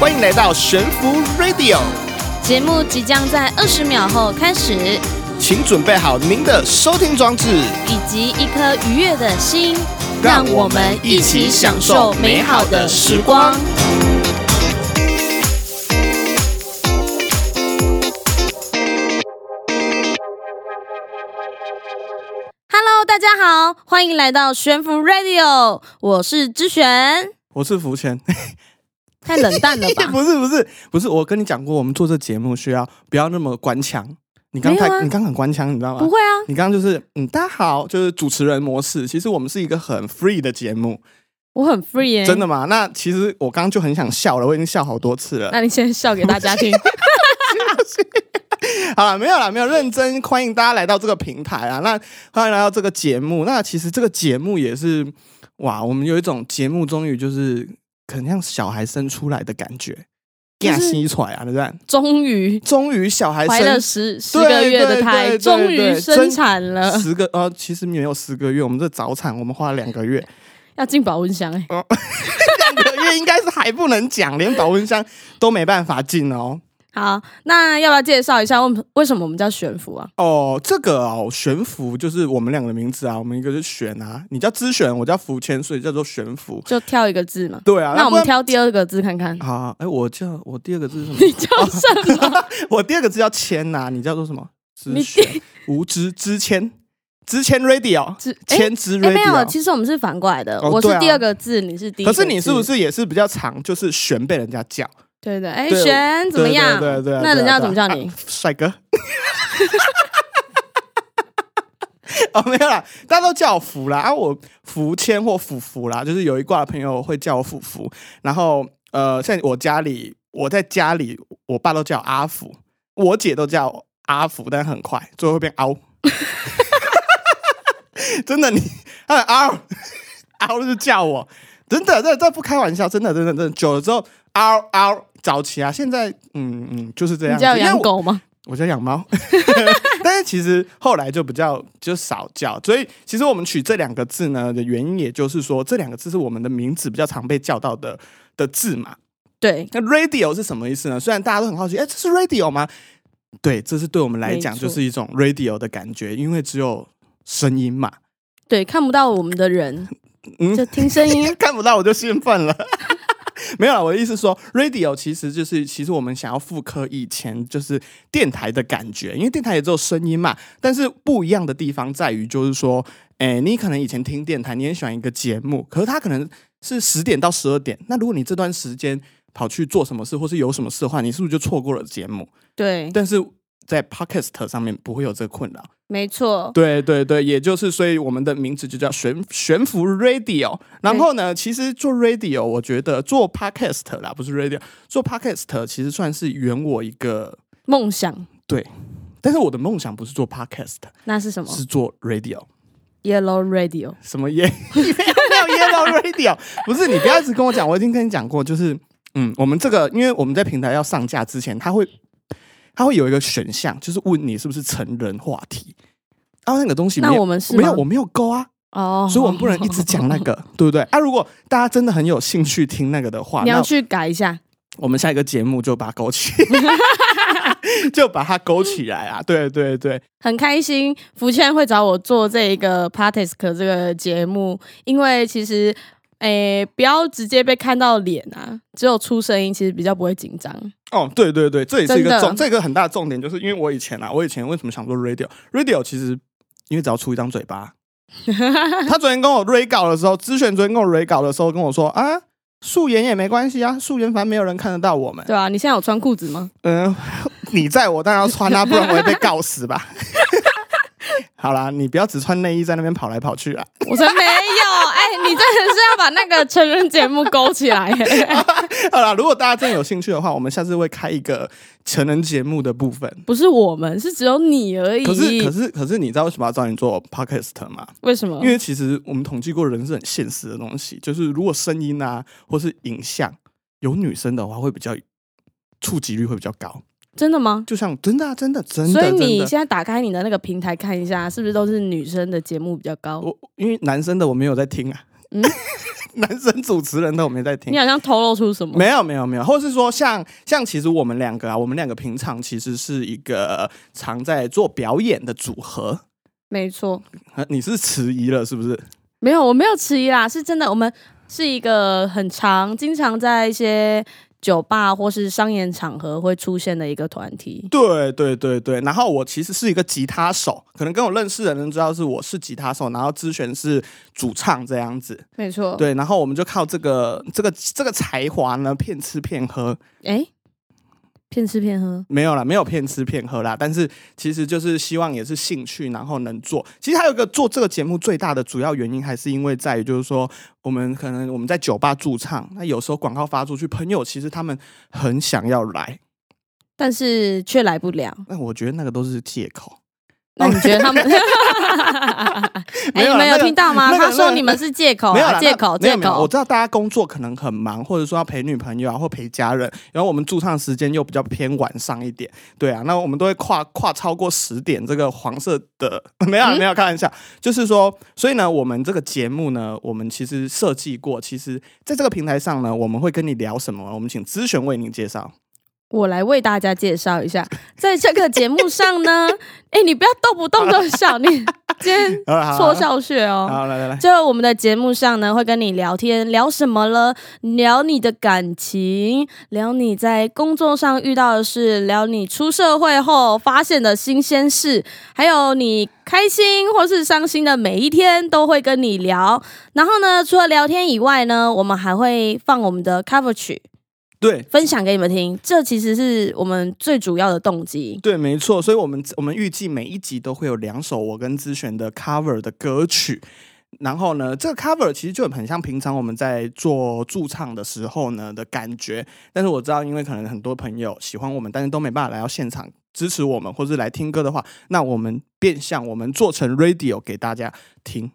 欢迎来到神符 Radio，节目即将在二十秒后开始，请准备好您的收听装置。以及一颗愉悦的心，让我们一起享受美好的时光。 Hello，大家好，欢迎来到悬浮 Radio，我是之璇。我是 福泉，太冷淡了 吧？不是不是不是，我跟你讲过，我们做这节目需要不要那么官腔。你刚太、没有啊你刚很官腔，你知道不吗？会啊，你刚刚就是嗯，大家好，就是主持人模式。其实我们是一个很 free 的节目，我很 free 耶、真的。吗？那其实我刚刚就很想笑了，我已经笑好多次了。那你先笑给大 家听。好了，没有啦，没有认真，欢迎大家来到这个平台啊。那欢迎来到这个节目。那其实这个节目也是哇，我们有一种节目终于就是可能像小孩生出来的感觉，就干是吸出来啊，对不对？终于终于小孩怀了生十十个月的胎，对对对对终于对生产了，十个呃，其实没有十个月，我们这早产我们花了两个月， 要进保温箱哎、两个月应该是还不能讲，连保温箱都没办法进哦。好，那要不要介绍一下为为什么我们叫悬浮啊？哦，这个哦，悬浮就是我们两个的名字啊，我们一个是悬啊，你叫知悬，我叫浮谦，所以叫做悬浮。就挑一个字嘛。对啊，那我不们然挑第二个字看看，好，哦哎、我叫我第二个字是什 么？你叫什么？我第二个字叫谦呐、你叫做什么？知你 悬无知知谦，知谦 radio， 知哎谦知哎，没有， radio。其实我们是反过来的，哦我对是啊第二个字，你是第一。可是你是不？是也是比较常就是悬被人家叫？对对，哎，对我璇怎么样？对对对对那人家怎对啊么对叫你？帅哥。 哦，没有啦，大家都叫我福啦，啊，我福谦或福福啦，就是有一挂的朋友会叫我福福，然后呃，像我家里，我在家里，我爸都叫我阿福，我姐都叫我阿福，但很快最后会变凹， 真的，你啊他的凹凹就是叫我，真的，这这不开玩笑，真的，真的，真的，久了之后嗷嗷，早期啊，现在嗯嗯就是这你样，叫因为养我狗吗？我叫养猫， 但是其实后来就比较就少叫，所以其实我们取这两个字呢的原因，也就是说这两个字是我们的名字比较常被叫到的的字嘛。对，那 radio 是什么意思呢？虽然大家都很好奇，哎、这是 radio 吗？对，这是对我们来讲没错就是一种 radio 的感觉，因为只有声音嘛。对，看不到我们的人，嗯。就听声音 看不到我就兴奋了。没有啦，我的意思是说，radio 其实就是，其实我们想要复刻以前就是电台的感觉，因为电台也只有声音嘛。但是不一样的地方在于，就是说，哎，你可能以前听电台，你很喜欢一个节目，可是它可能是十点到十二点。那如果你这段时间跑去做什么事，或是有什么事的话，你是不是就错过了节目？对，但是在 podcast 上面不会有这个困扰。没错。 对对对，也就是所以我们的名字就叫悬悬浮 radio。然后呢，其实做 radio，我觉得做 podcast 啦，不是 radio，做 podcast 其实算是圆我一个梦想对。但是我的梦想不是做 podcast，那是什么是做 radio。 ？Yellow Radio。什么耶？ 没有没有 yellow radio，不是你不要一直跟我讲，我已经跟你讲过，就是嗯，我们这个因为我们在平台要上架之前，它会它会有一个选项，就是问你是不是成人话题。啊，那个东西没有那我们是吗没有，我没有勾啊。哦，所以我们不能一直讲那 个，对不对？啊，如果大家真的很有兴趣听那个的话，你要那去改一下。我们下一个节目就把它勾起， 就把它勾起来啊！对对对，很开心，福谦会找我做这一个 Partisk 这个节目，因为其实，诶、不要直接被看到脸啊，只有出声音，其实比较不会紧张。哦，对对对，这也是一个真的重，这个很大的重点，就是因为我以前啊，我以前为什么想做 radio？radio 其实因为只要出一张嘴巴。 他昨天跟我 re 稿的时候，资璇昨天跟我 re 稿的时候跟我说啊，素颜也没关系啊，素颜反正没有人看得到我们。对啊，你现在有穿裤子吗？嗯、 你在我当然要穿啊，不然我会被告 死吧。好啦，你不要只穿内衣在那边跑来跑去啊！ 我说没有，哎、你真的是要把那个成人节目勾起 来、好啦，如果大家真的有兴趣的话，我们下次会开一个成人节目的部分。不是我们，是只有你而已。可是，可是，可是，你知道为什么要找你做 podcast 吗？为什么？因为其实我们统计过，人是很现实的东西，就是如果声音啊，或是影像有女生的话，会比较触及率会比较高。真的吗？就像真的、啊，真的，真的，所以真的你现在打开你的那个平台看一下，是不是都是女生的节目比较高？我因为男生的我没有在听啊，，嗯 男生主持人的我没在听你。好像透露出什么？没有没有没有，或是说像像其实我们两个啊，我们两个平常其实是一个常在做表演的组合。没错，呃你是迟疑了是不是？没有，我没有迟疑啦，是真的，我们是一个很常、经常在一些酒吧或是商演场合会出现的一个团体。对对对对，然后我其实是一个吉他手，可能跟我认识的人知道是我是吉他手，然后之璇是主唱这样子。没错，对，然后我们就靠这个这个这个才华呢，骗吃骗喝，哎，骗吃骗喝，没有啦，没有骗吃骗喝啦，但是其实就是希望也是兴趣，然后能做。其实还有一个做这个节目最大的主要原因，还是因为在于就是说，我们可能我们在酒吧驻唱，那有时候广告发出去，朋友其实他们很想要来，但是却来不了。但我觉得那个都是借口。那你觉得他 们？哎，没有啦你们有那个听到吗？那个他说你们是借口没有啊，啦，借那口，没有借没有。我口。知道大家工作可能很忙，或者说要陪女朋友啊，或陪家人。然后我们驻唱时间又比较偏晚上一点，对啊，那我们都会跨跨超过十点这个黄色的， 没嗯有啦啊没有开玩笑，就是说，所以呢，我们这个节目呢，我们其实设计过，其实在这个平台上呢，我们会跟你聊什么，我们请咨询为您介绍。我来为大家介绍一下，在这个节目上呢， 哎，你不要动不动就笑，你 今天 好了，好错了，笑穴哦。好来来 来，就我们的节目上呢，会跟你聊天，聊什么了？聊你的感情，聊你在工作上遇到的事，聊你出社会后发现的新鲜事，还有你开心或是伤心的每一天都会跟你聊。然后呢，除了聊天以外呢，我们还会放我们的 cover 曲对。分享给你们听。这其实是我们最主要的动机。对，没错，所以我们我们预计每一集都会有两首我跟资璇的 cover 的歌曲。然后呢，这个 cover 其实就很像平常我们在做驻唱的时候呢的感觉。但是我知道，因为可能很多朋友喜欢我们，但是都没办法来到现场支持我们，或是来听歌的话，那我们变相我们做成 radio 给大家听，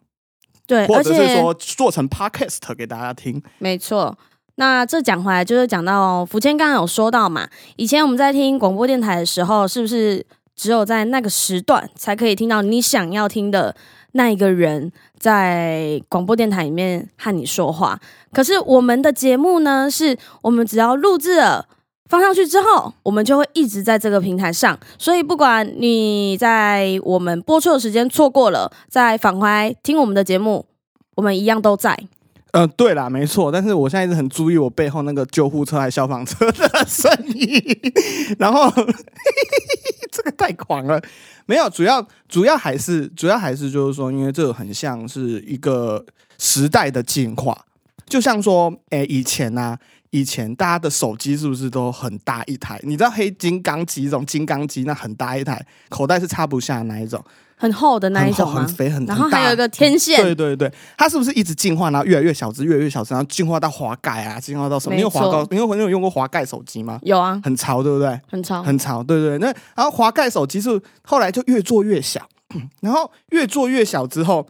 对，或而者且是说做成 podcast 给大家听。没错。那这讲回来，就是讲到福建刚刚有说到嘛，以前我们在听广播电台的时候，是不是只有在那个时段才可以听到你想要听的那一个人在广播电台里面和你说话？可是我们的节目呢，是我们只要录制了。放上去之后，我们就会一直在这个平台上，所以不管你在我们播出的时间错过了，再返回来听我们的节目，我们一样都在。呃，对啦，没错，但是我现在一直很注意我背后那个救护车还消防车的声音，然后这个太狂了，没有，主要主要还是主要还是就是说，因为这个很像是一个时代的进化，就像说，诶，以前啊，以前大家的手机是不是都很大一台？你知道黑金刚机这种金刚机那很大一台，口袋是插不下的那一种，很厚的那一很厚种吗很？肥很然后很大还有一个天线对，对对，它是不是一直进化，然后越来越小只，越来越小只，然后进化到滑盖啊，进化到什么？你有没错滑盖？你有你有用过滑盖手机吗？有啊，很潮，对不对？很长，很潮，对对。对那然后滑盖手机是后来就越做越小， 然后越做越小之后，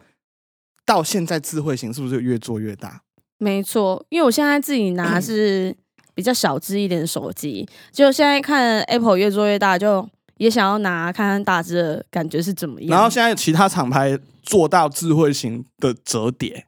到现在智慧型是不是越做越大？没错。因为我现在自己拿是比较小只一点的手机，就现在看 Apple 越做越大，就也想要拿看看大只的感觉是怎么样。然后现在其他厂牌做到智慧型的折叠。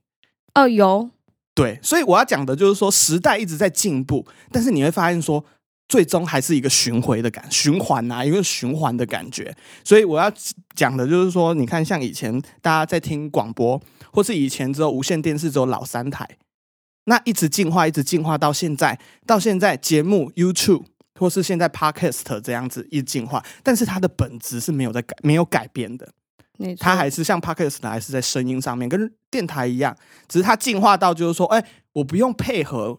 哦，有对，所以我要讲的就是说，时代一直在进步，但是你会发现说，最终还是一个巡回的感循环啊，一个循环的感觉。所以我要讲的就是说，你看，像以前大家在听广播，或是以前只有无线电视只有老三台，那一直进化，一直进化到现在，到现在节目 YouTube。或是现在 podcast 这样子一直进化，但是它的本质是没有在改，没有改变的。没错，它还是像 podcast 还是在声音上面，跟电台一样，只是它进化到就是说，哎、我不用配合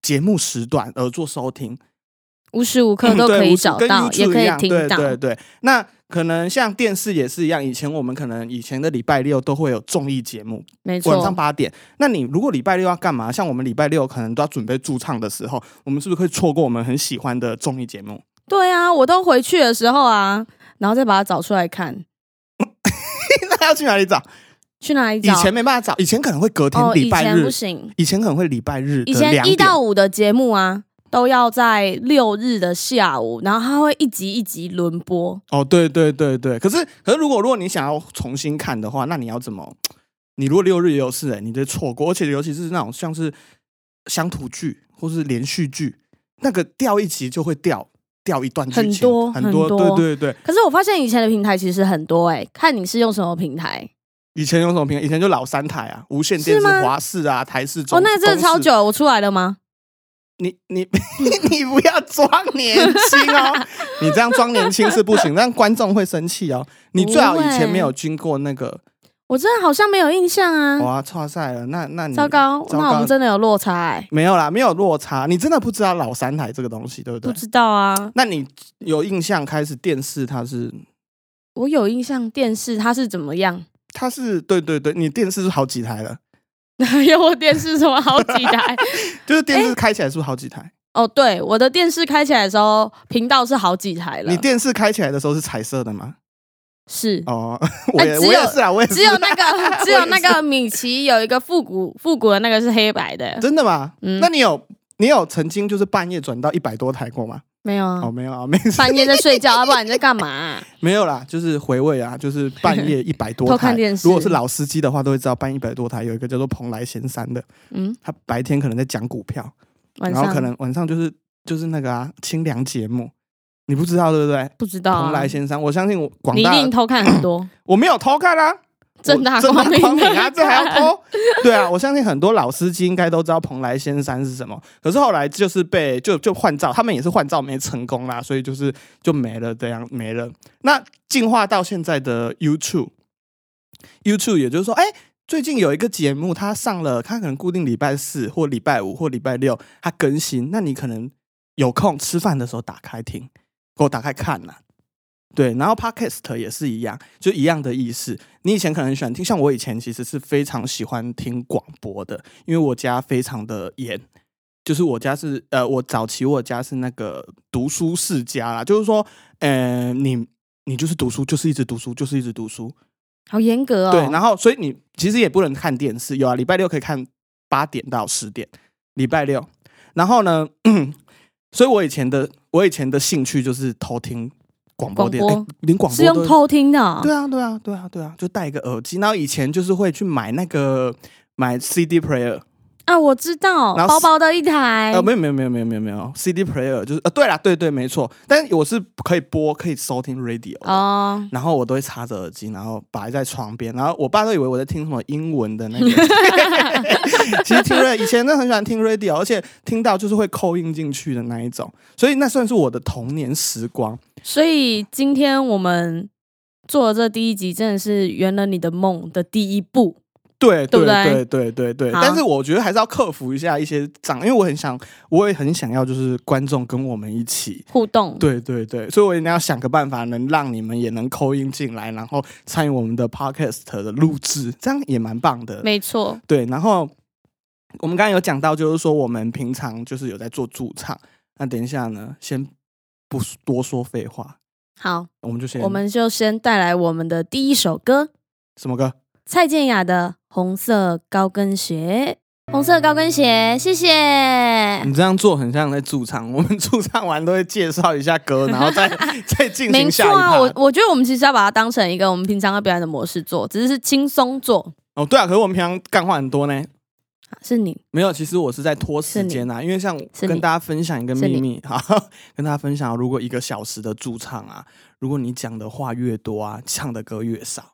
节目时段而做收听，嗯无时无刻都可以找到，对也无可跟 YouTube 一以样听到。对对对，那可能像电视也是一样，以前我们可能以前的礼拜六都会有综艺节目，没晚上错，八点。那你如果礼拜六要干嘛？像我们礼拜六可能都要准备驻唱的时候，我们是不是会错过我们很喜欢的综艺节目？ 对啊，我都回去的时候啊，然后再把它找出来看，那要去哪里找？去哪里以找？前没办法找，以前可能会隔天哦，礼以拜前日不，行，以前可能会礼拜日以的前两一点。到五的节目啊，都要在六日的下午，然后它会一集一集轮播。哦，对对对对，可是可是如果如果你想要重新看的话，那你要怎么你如果六日也有事、欸，你就错过，而且尤其是那种像是乡土剧或是连续剧，那个掉一集就会掉掉一段剧情，很多很很多，多对对对。可是我发现以前的平台其实很多哎、看你是用什么平台以前用什么平台？以前就老三台啊，无线电是视、吗华视啊、台视中。哦，那真的超中视久了，我出来了吗？你你 你不要装年轻哦，你这样装年轻是不 行，让观众会生气哦。你最好以前没有经过那个，我真的好像没有印象啊，哇，错赛了，那那你糟糕，糟糕那我们真的有落差哎、没有啦，没有落差，你真的不知道老三台这个东西，对不不对？知道啊，那你有印象开始电视它是我有印象电视它是怎么 样？它是对对对，你电视是好几台了，哪有我电视什么好几 台？就是电视开起来是不是好几台？哦，对，我的电视开起来的时候，频道是好几台了。你电视开起来的时候是彩色的吗？是、哦， 我也只有我也是啊，我也是 只有那个只有那个米奇有一个复古复古的那个是黑白的，真的吗？嗯那你有你有曾经就是半夜转到一百多台过吗？没有啊哦，？没有啊，没事，半夜在睡觉，啊要不然你在干嘛、 没有啦，就是回味啊，就是 半夜一百多台。偷看电视如果是老司机的话，都会知道半夜一百多台有一个叫做蓬莱仙山的， 嗯，他白天可能在讲股票，晚然上后可能晚上就是就是那个啊清凉节目，你不知道对不对？不知道、啊。蓬莱仙山，我相信我广你一大定偷看很 多，我没有偷看啊，正大我正光大明光明啊，的这还要看偷？ 对啊，我相信很多老司机应该都知道蓬莱仙山是什么，可是后来就是被就就换照，他们也是换照没成功啦，所以就是就没了，这样没了。那进化到现在的 YouTube，YouTube 也就是说，哎、最近有一个节目，它上了，它可能固定礼拜四或礼拜五或礼拜六它更新，那你可能有空吃饭的时候打开听，或打开看啦、对，然后 podcast 也是一样，就一样的意思。你以前可能很喜欢听，像我以前其实是非常喜欢听广播的，因为我家非常的严，就是我家是呃，我早期我家是那个读书世家啦，就是说，呃，你你就是读书，就是一直读书，就是一直读书，好严格哦。对，然后所以你其实也不能看电视，有啊，礼拜六可以看八点到十点，礼拜六。然后呢， 所以我以前的我以前的兴趣就是偷听广播电，广诶播连广播是用都偷听的、哦。对啊，对啊，对啊，对啊，就戴一个耳机。然后以前就是会去买那个买 CD player，啊，我知道，然后薄是薄的一台。呃，没有没有没有没有没有没有 CD player，就是呃，对啦，对对，没错。但我是可以播可以收听 radio 的哦， 然后我都会插着耳机，然后摆在床边，然后我爸都以为我在听什么英文的 那个。其实听 r 以前真的很喜欢听 radio，而且听到就是会扣印进去的那一种，所以那算是我的童年时光。所以今天我们做的这第一集真的是圆了你的梦的第一步。对对对不对对对对，好但是我觉得还是要克服一下一些障，因为我很想，我也很想要，就是观众跟我们一起，互动，对对对，所以我一定要想个办法，能让你们也能扣音进来，然后参与我们的 podcast 的录制，这样也蛮棒的。没错，对，然后我们刚刚有讲到，就是说我们平常就是有在做驻唱。那等一下呢，先不多说废话，好，我们就先我们就先带来我们的第一首歌，什么歌？蔡健雅的《红色高跟鞋》。红色高跟鞋，谢谢。你这样做很像在驻唱。我们 驻唱完都会介绍一下歌，然后 再再进没错行下一趴。啊，我我觉得我们其实要把它当成一个我们平常要表演的模式做，只是是轻松做。啊哦，对啊，可是我们平常干话很多呢。是你没有，其实我是在拖时间啊，因为像是你跟大家分享一个是你秘密，好，跟大家分享，如果一个小时的驻唱啊，如果你讲的话越多啊，唱的歌越少。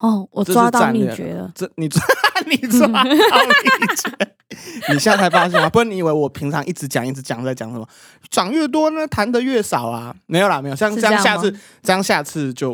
哦，我这是抓到战秘略诀了。这你抓 你抓到秘诀，你现在才发现吗？不然你以为我平常一直讲一直讲在讲什么？讲越多呢，谈的越少啊？没有啦，没有。像是这这样样下吗次，这样下次就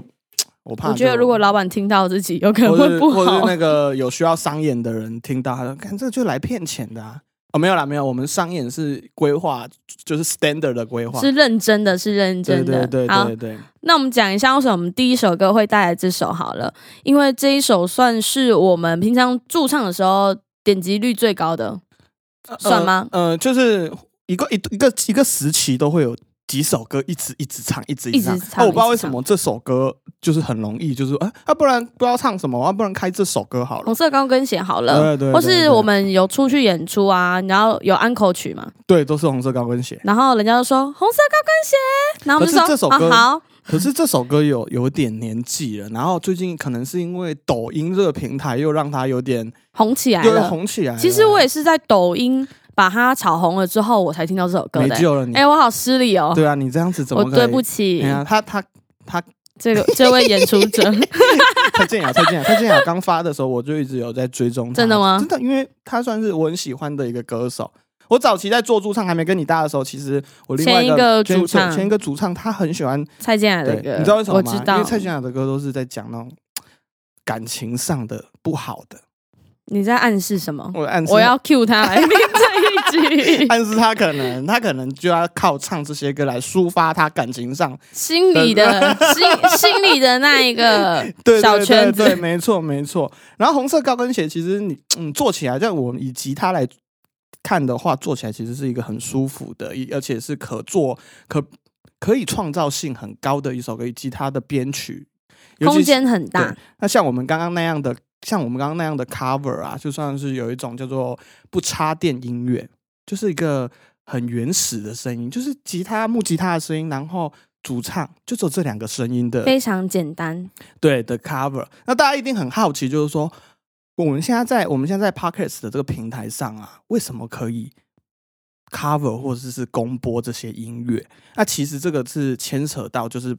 我怕就。我觉得如果老板听到自己，有可能或会是不或是好。 那个有需要商演的人听到，他说：“看这就来骗钱的啊！”哦，没有啦，没有，我们商演是规划，就是 standard 的规划，是认真的，是认对真的。对对好对，对。那我们讲一下为什么我们第一首歌会带来这首好了，因为这一首算是我们平常驻唱的时候点击率最高的。算吗呃？呃，就是一个一一个一个时期都会有几首歌一直一直唱，一直一直唱。唱啊我不知道一为直什唱么这首歌就是很容易，就是啊啊，不然不知道唱什么，啊，不然开这首歌好了红。色高跟鞋好了，对对对或对是我们有出去演出啊，然后有安口曲嘛，对，都是红色高跟鞋。然后人家就说红色高跟鞋，然后我们可是就这说首歌啊好，可是这首歌有有点年纪了，然后最近可能是因为抖音这个平台又让它有点红起来又了。红起来了。其实我也是在抖音把它炒红了之后，我才听到这首歌没的、欸。救了你，哎、我好失礼哦、对啊，你这样子怎么我可以？对不起哎呀，他他他这个这位演出者。蔡健雅，蔡健雅，蔡健雅啊刚发的时候，我就一直有在追踪她。真的吗真的，因为她算是我很喜欢的一个歌手。我早期在做驻唱还没跟你搭的时候，其实我另外前一个前主唱前一个主唱，他很喜欢，蔡健雅的对，歌，你知道为什么我吗？知道，因为蔡健雅的歌都是在讲那种感情上的不好的。你在暗示什么？我暗示我要 cue 他来听这一集， 暗示他可能他可能就要靠唱这些歌来抒发他感情上心里的心心里的那一个对对小对圈子，对，没错没错。然后红色高跟鞋，其实你嗯做起来，像我们以吉他来看的话，做起来其实是一个很舒服的，一而且是可做可可以创造性很高的一首歌，以吉他的编曲，尤空其是间很大对。那像我们刚刚那样的，像我们刚刚那样的 cover 啊，就算是有一种叫做不插电音乐，就是一个很原始的声音，就是吉他木吉他的声音，然后主唱就只有这两个声音的非常简单，对的 cover。那大家一定很好奇，就是说我们现在在我们现在在 Podcast 的这个平台上啊，为什么可以 cover 或者是公播这些音乐？那其实这个是牵扯到就是。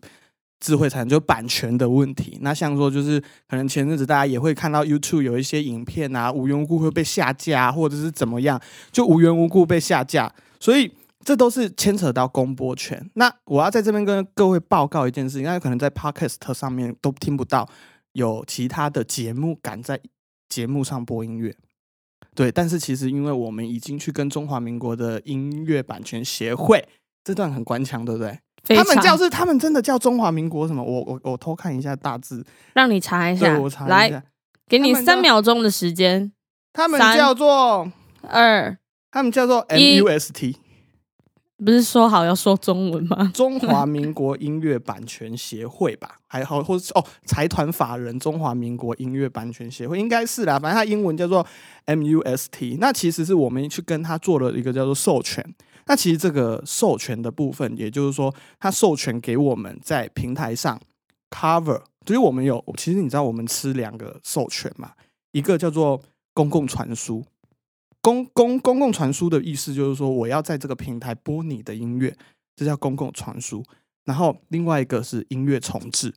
智慧产权就版权的问题，那像说就是可能前阵子大家也会看到 YouTube 有一些影片啊，无缘无故会被下架啊，或者是怎么样，就无缘无故被下架，所以这都是牵扯到公播权。那我要在这边跟各位报告一件事情，那有可能在 Podcast 上面都听不到有其他的节目敢在节目上播音乐。对，但是其实因为我们已经去跟中华民国的音乐版权协会，这段很官腔，对不对？非他常们叫是他们真的叫中华民国什么？我我我偷看一下大字，让你查一对下我，查一来下，给你他们叫三秒钟的时间，他们三叫做二他们叫做一 MUST 不是说好要说中文吗？中华民国音乐版权协会吧，还好或是哦财团法人中华民国音乐版权协会应该是啦，反正它英文叫做 MUST。那其实是我们去跟他做了一个叫做授权。那其实这个授权的部分，也就是说，他授权给我们在平台上 cover，就是我们有，其实你知道我们吃两个授权嘛，一个叫做公共传输。公公公共传输的意思就是说，我要在这个平台播你的音乐，这叫公共传输。然后另外一个是音乐重置，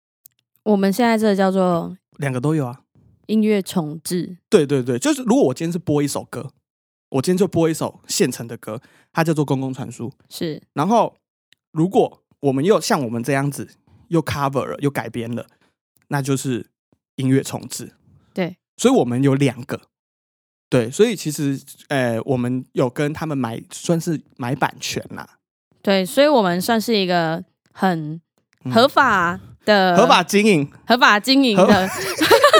我们现在这个叫做两个都有啊。音乐重置，对对对，就是如果我今天是播一首歌，我今天就播一首现成的歌，它叫做公共传输。是然后如果我们又像我们这样子又 cover 了又改编了，那就是音乐重置。对，所以我们有两个。对，所以其实，呃，我们有跟他们买，算是买版权啦，对，所以我们算是一个很嗯合法的、合法经营，合法经营合的，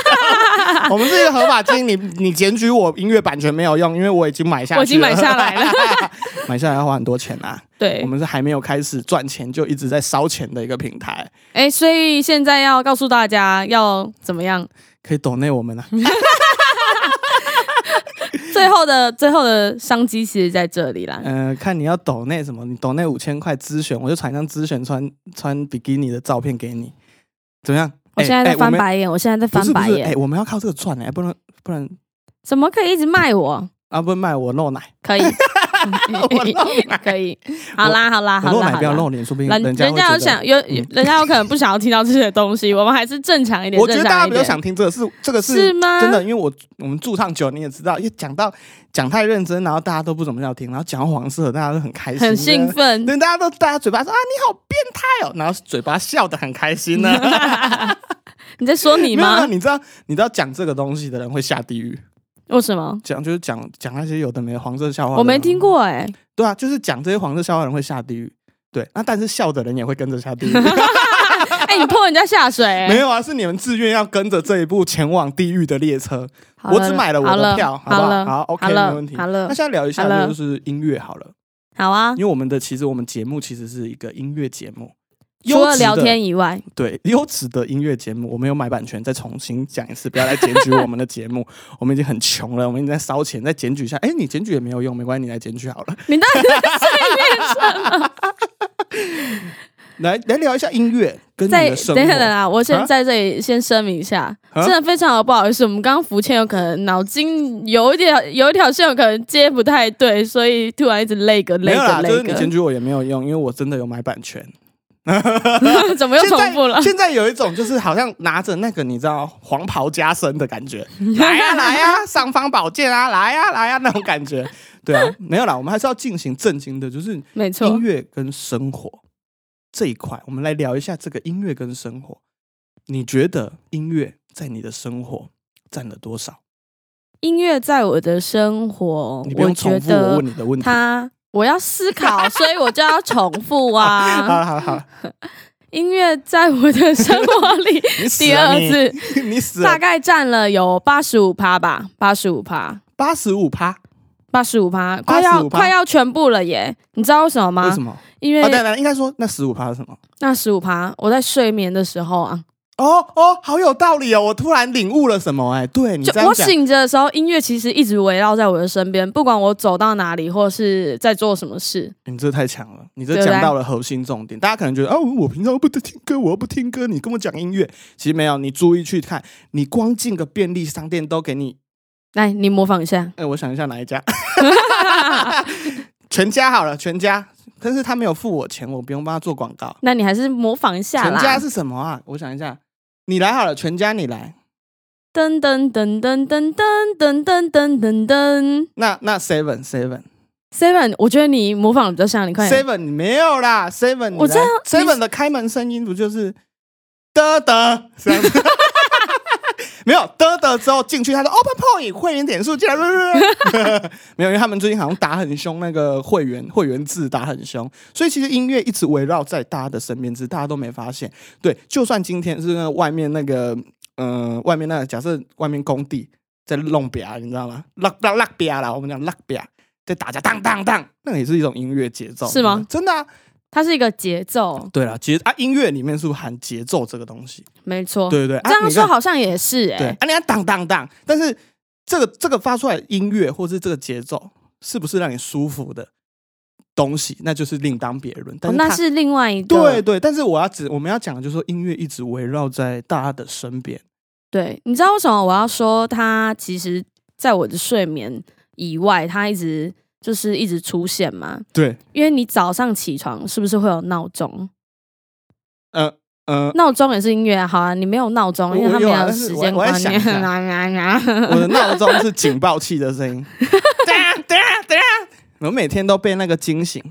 我们是一个合法经营，你你检举我音乐版权没有用，因为我已经买下去了，我已经买下来了， 买下来要花很多钱啊。 对我，们是还没有开始赚钱就一直在烧钱的一个平台，哎、所以现在要告诉大家要怎么 样？可以抖内我们啊。嗯最后的最后的商机其实在这里啦。嗯、看你要抖内什么，你抖内五千块资选，我就传一张资选穿穿比基尼的照片给你，怎么样？我现在在翻哎哎白眼，我现在在我们翻白不是不是，哎、眼，我们要靠这个赚哎、不能不能怎么可以一直卖我？啊，不能卖我露奶，可以， 我露 奶，可以，好啦，好啦，我啊好露啦，奶好不要啦。露脸，说不定人人家人会家有觉得想有嗯人家有可能不想要听到这些东西，我们还是正常一点。我觉得正常大家一比较点想听这个是这个是吗？真的，因为我我们驻唱久，你也知道，因为讲到讲太认真，然后大家都不怎么要听，然后讲到黄色，大家都很开心，很兴。奋。对，大家都大家嘴巴说啊你好变态哦，然后嘴巴笑得很开心呢。你在说 你没有没啊有，吗？你知道你知道讲这个东西的人会下地狱，为什么？讲就是讲讲那些有的没的黄色笑话，我没听。过 哎、对啊，就是讲这些黄色笑话的人会下地狱。对，那但是笑的人也会跟着下地狱。 哎、你泼人家下水、欸？没有啊，是你们自愿要跟着这一部前往地狱的列车。好我只买了我的票，好不了，好？好，OK，好了没问题。好了那，现在聊一嗯好下了就是音乐好了，好啊因。为我们的其实我们节目其实是一个音乐节目，除优了质的聊天以外，对优质的音乐节目，我们有买版权，再重新讲一次，不要来检举我们的节目， 我们已经很穷了，我们已经在烧钱，再检举一下。哎，你检举也没有用，没关系，你来检举好了。你到底在碎念什么？来来聊一下音乐跟你在的生等一下，等一活。下，我啊先在这里先声明一下，啊真的非常的不好意思，我们刚刚福倩有可能脑筋有一点有一条线有可能接不太对，所以突然一直累个没累有啦，个累就是你检个，举我也没有用，因为我真的有买版权。 怎么又重复了？现在有一种就是好像拿着那个你知道黄袍加身的感 觉，来呀、来呀、尚方宝剑啊，来呀、来呀、那种感觉。对 啊，没有啦，我们还是要进行正经的，就是没错音，乐跟生活这一块，我们来聊一下这个音乐跟生活。你觉得音乐在你的生活占了多少？音乐在我的生活你，不我用觉重复我得问你的问题。它我要思考，所以我就要重复 好啊。了好了好了，音乐在我的生活 里你死第了二你次 你死大了概占了有八十五趴吧，八十五趴。八十五趴，八十五趴，快要85%快要全部了耶！你知道为什么吗？为什么？因啊，对为对，应该说那十五趴是什么？那十五趴，我在睡眠的时候啊，哦哦，好有道理哦！我突然领悟了什么、哎，对你就这样我讲，醒着的时候，音乐其实一直围绕在我的身边，不管我走到哪里，或是在做什么事。你这太强了，你这对不对讲到了核心重点。大家可能觉得哦，我平常不听歌，我又不听歌，你跟我讲音乐，其实没有。你注意去看，你光进个便利商店都给你，来，你模仿一下哎、我想一下哪 一家，全家好了，全家。 但是他没有付我钱，我不用帮他做广告。那你还是模仿一下全啦。家是什么啊？我想一下，你来好了，全家你来。噔噔噔噔噔噔噔噔噔噔噔那那 seven seven Seven，我觉得你模仿的比较像，你快点。 seven 没有啦，seven 我知道你 seven 的开门声音不就是的的这 样子？没有的的之后进去，他说 open point 会员点数竟然 没有，因为他们最近好像打很凶，那个会员会员制打很凶，所以其实音乐一直围绕在大家的身边，只是大家都没发现。对，就算今天是那个外面那个，呃，外面那个假设外面工地在弄表，你知道吗？拉拉拉表啊啦，我们讲拉表，在打架，当当当，那个也是一种音乐节奏，是吗？哦真的啊，它是一个节奏，对啦，节啊，音乐里面是不是含节奏这个东西？没错。对对对，哦啊这样你说看好像也是哎、对啊，你要当当当，但是这个这个发出来的音乐或是这个节奏，是不是让你舒服的东西，那就是另当别论。但哦是它、那是另外一个对对，但是我要只我们要讲的就是说，音乐一直围绕在大家的身边。对，你知道为什么我要说它其实在我的睡眠以外，它一直就是一直出现吗？对，因为你早上起床是不是会有闹钟？呃 呃，闹钟也是音乐啊，好啊，你没有闹钟，因为我它没有啊但是时我间我在观想念啊一。下我的闹钟是警报器的声 音，等啊等啊等啊，我每天都被那个惊醒。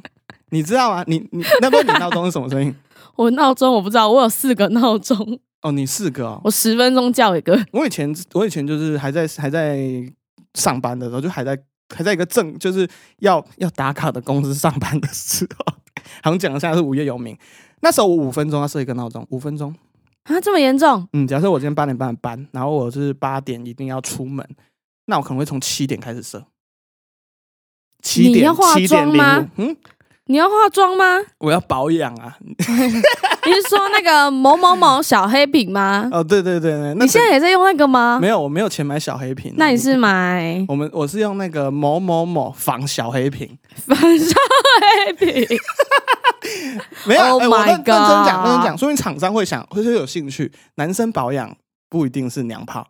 你知道吗？你你那不是你闹钟是什么 声音？我闹钟我不知道，我有四个闹钟，哦，你四个哦。我十分钟叫一个。我以前我以前就是还在还在上班的时候，就还在还在一个正就是要要打卡的公司上班的时候， 好像讲一下是无业游民。那时候我五分钟要设一个闹钟，五分钟。啊，这么严重？嗯，假设我今天八点半的班，然后我是八点一定要出门，那我可能会从七点开始设。七你点要化七点妆零吗五，嗯，你要化妆吗？我要保养啊。嗯你是说那个某某某小黑饼吗？ 哦，对对对对，那你现在也在用那个吗？没有，哦我没有钱买小黑瓶啊。那你是 买我们我是用那个某某某仿小黑瓶，防小黑饼？没有，哎 Oh 我 my 认认真 God 讲，认真讲，说明厂商会想，会会有兴趣。男生保养不一定是娘炮。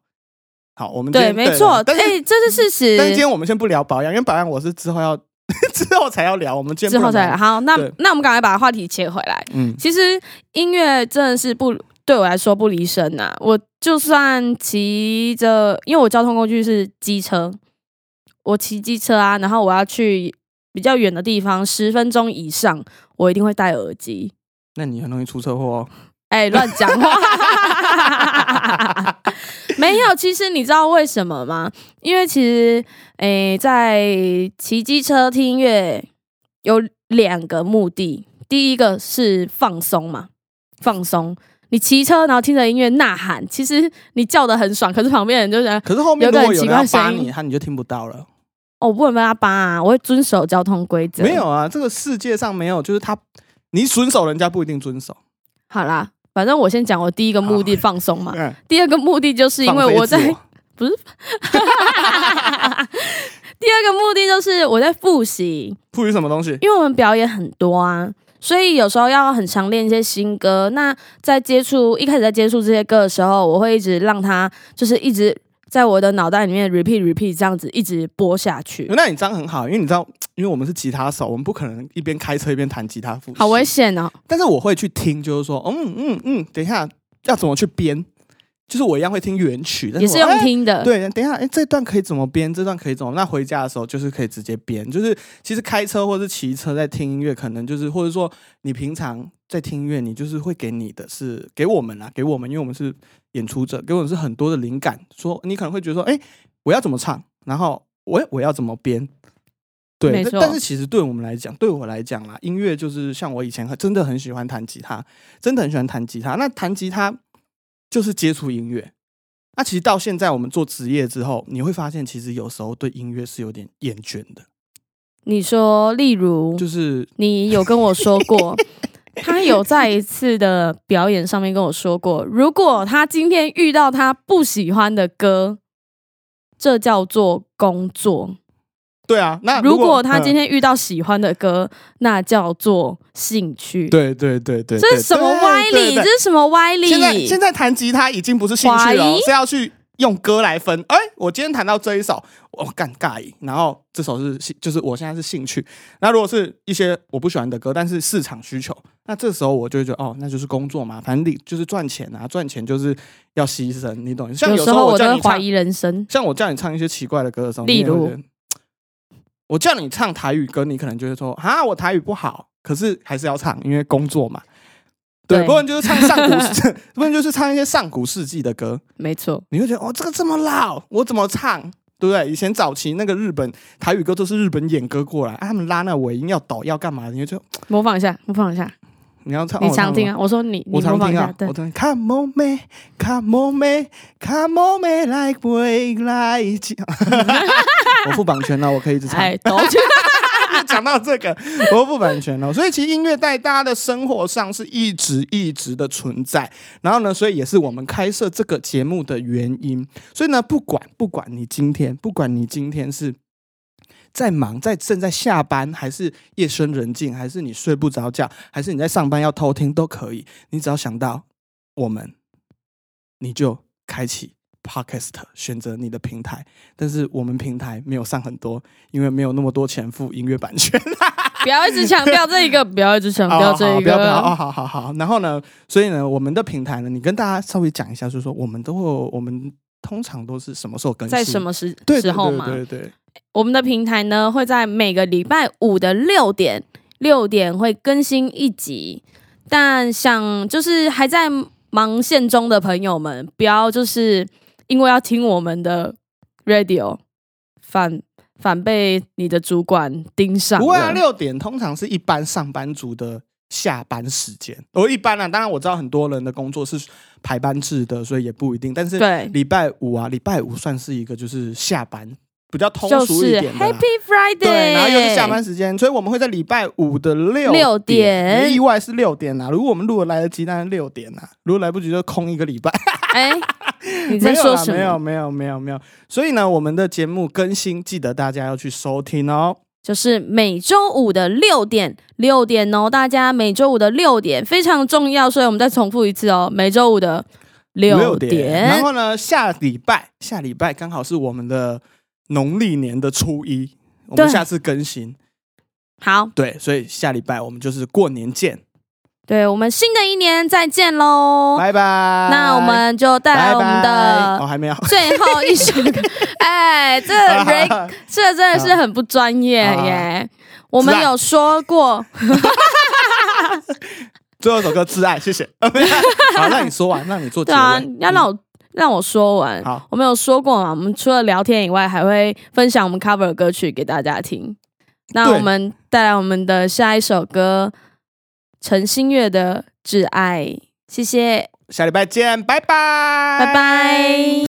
好，我们今对，天没错，但是、哎，这是事实。但是今天我们先不聊保养，因为保养我是之后要 之后才要聊，我们今天之不后能再来。好，那对那我们赶快把话题切回来。嗯，其实音乐真的是不对我来说不离身呐、我就算骑着，因为我交通工具是机车，我骑机车啊，然后我要去比较远的地方，十分钟以上，我一定会戴耳机。那你很容易出车祸哦。哎、乱讲话。没有，其实你知道为什么吗？因为其实，哎、在骑机车听音乐有两个目的，第一个是放松嘛，放松。你骑车然后听着音乐呐喊，其实你叫的很爽，可是旁边人就觉得可是后面有如个果很有奇人怪要的扒声音你，他你就听不到了。哦，我不能被他扒啊，我会遵守交通规则。没有，啊，这个世界上没有，就是他你遵守人家不一定遵守。好啦，反正我先讲我第一个目的放松嘛，嗯，第二个目的就是因放为飞我自在 第二个目的就是我在复习，赋予什么东西？因为我们表演很多啊，所以有时候要很常练一些新歌。那在接触一开始在接触这些歌的时候，我会一直让它就是一直在我的脑袋里面 repeat repeat 这样子一直播下去，那你这样很好，因为你知道，因为我们是吉他手，我们不可能一边开车一边弹吉他复习。好危险哦！但是我会去听，就是说，嗯嗯嗯，等一下要怎么去编，就是我一样会听原曲，但也我是用哎听的，对，等一下，哎、这段可以怎么编？这段可以怎么？那回家的时候就是可以直接编，就是其实开车或是骑车在听音乐，可能就是或者说你平常在听音乐，你就是会给你的是给我们啦，啊给我们，因为我们是演出者，给我们是很多的灵感。说你可能会觉得说，哎、我要怎么唱，然后我我要怎么编。对没，但错但是其实对我们来讲，对我来讲啦，音乐就是像我以前很真的很喜欢弹吉他，真的很喜欢弹吉他。那弹吉他就是接触音乐。那其实到现在我们做职业之后，你会发现，其实有时候对音乐是有点厌倦的，你说，例如就是你有跟我说 过，他有在一次的表演上面跟我说过，如果他今天遇到他不喜欢的歌，这叫做工作；对啊。那如果他今、嗯天遇到喜欢的歌，那叫做兴趣。对对对对，这对是什么歪对理？对这对是什么歪理？现在现在弹吉他已经不是兴趣了怀哦疑，是要去用歌来分。哎、我今天弹到这一首，我干尬意，然后这首是兴，就是我现在是兴趣。那如果是一些我不喜欢的歌，但是市场需求，那这时候我就会觉得哦，那就是工作嘛，反正你就是赚钱啊，赚钱就是要牺牲，你懂？像有有时候我都我叫会你唱怀疑人生。像我叫你唱一些奇怪的歌的时候，例你也会如觉得，我叫你唱台语歌，你可能就会说啊，我台语不好，可是还是要唱，因为工作嘛。对，对不然就是唱上古 世， 不然就是唱一些上古世纪的歌，没错，你会觉得哦，这个这么老，我怎么唱？对不对？以前早期那个日本台语歌都是日本演歌过来，啊、他们拉那尾音要抖要干嘛？你就觉得模仿一下，模仿一下，你要唱，你哦常听？我唱啊？我说你，我你模常仿一听下啊，，对我，常听。Come on, man, come on, man, come on, man, like we like it 我付版权了，我可以一直唱。哎，抖起来 讲到这个，我付版权了，所以其实音乐在大家的生活上是一直一直的存在。然后呢，所以也是我们开设这个节目的原因。所以呢，不管不管你今天，不管你今天是。在忙，在正在下班，还是夜深人静，还是你睡不着觉，还是你在上班要偷听都可以。你只要想到我们，你就开启 Podcast，选择你的平台。但是我们平台没有上很多，因为没有那么多钱付音乐 版权。不要一直强调这一个，不要一直强调这 哦好一不要不要哦，个。好好好。然后呢，所以呢，我们的平台呢，你跟大家稍微讲一下，就是说我们都会，我们通常都是什么时候更新，在什么时对时对候对嘛？对对对我们的平台呢会在每个礼拜五的六点六点会更新一集，但想就是还在忙线中的朋友们，不要就是因为要听我们的 radio 反反被你的主管盯上不会啊，了。六点通常是一般上班族的下班时间。我一般啊，当然我知道很多人的工作是排班制的，所以也不一定。但是对，礼拜五啊，礼拜五算是一个就是下班比较通就俗一是点的啦。 Happy Friday，对，然后又是下班时间，所以我们会在礼拜五的六六点点，意外是六点啊啦。如果我们录的来得及，当然六点啦；如果来不及，就空一个礼拜。 哎，你 没在有说啦什没有，么？没有，没有，没有。所以呢，我们的节目更新，记得大家要去收听哦。就是每周五的六点，六点哦，大家每周五的六点非常重要，所以我们再重复一次哦，每周五的六点。然后呢，下礼拜，下礼拜刚好是我们的农历年的初一，我们对下次更新。好，对，所以下礼拜我们就是过年见，对我们新的一年再见喽。拜拜。那我们就带来拜我们拜。哦，的还没有。 最后一首歌，哎，这人 这真的是很不专业好好耶。我们啊是啊有说过，最后一首歌《挚爱》，谢谢。好，让你说完，让你做结对尾。啊，要让我我、让我说完。嗯好，我们有说过嘛，我们除了聊天以外，还会分享我们 cover 的歌曲给大家听。那对我们带来我们的下一首歌，陈星月的《挚爱》，谢谢，下礼拜见，拜拜，拜拜。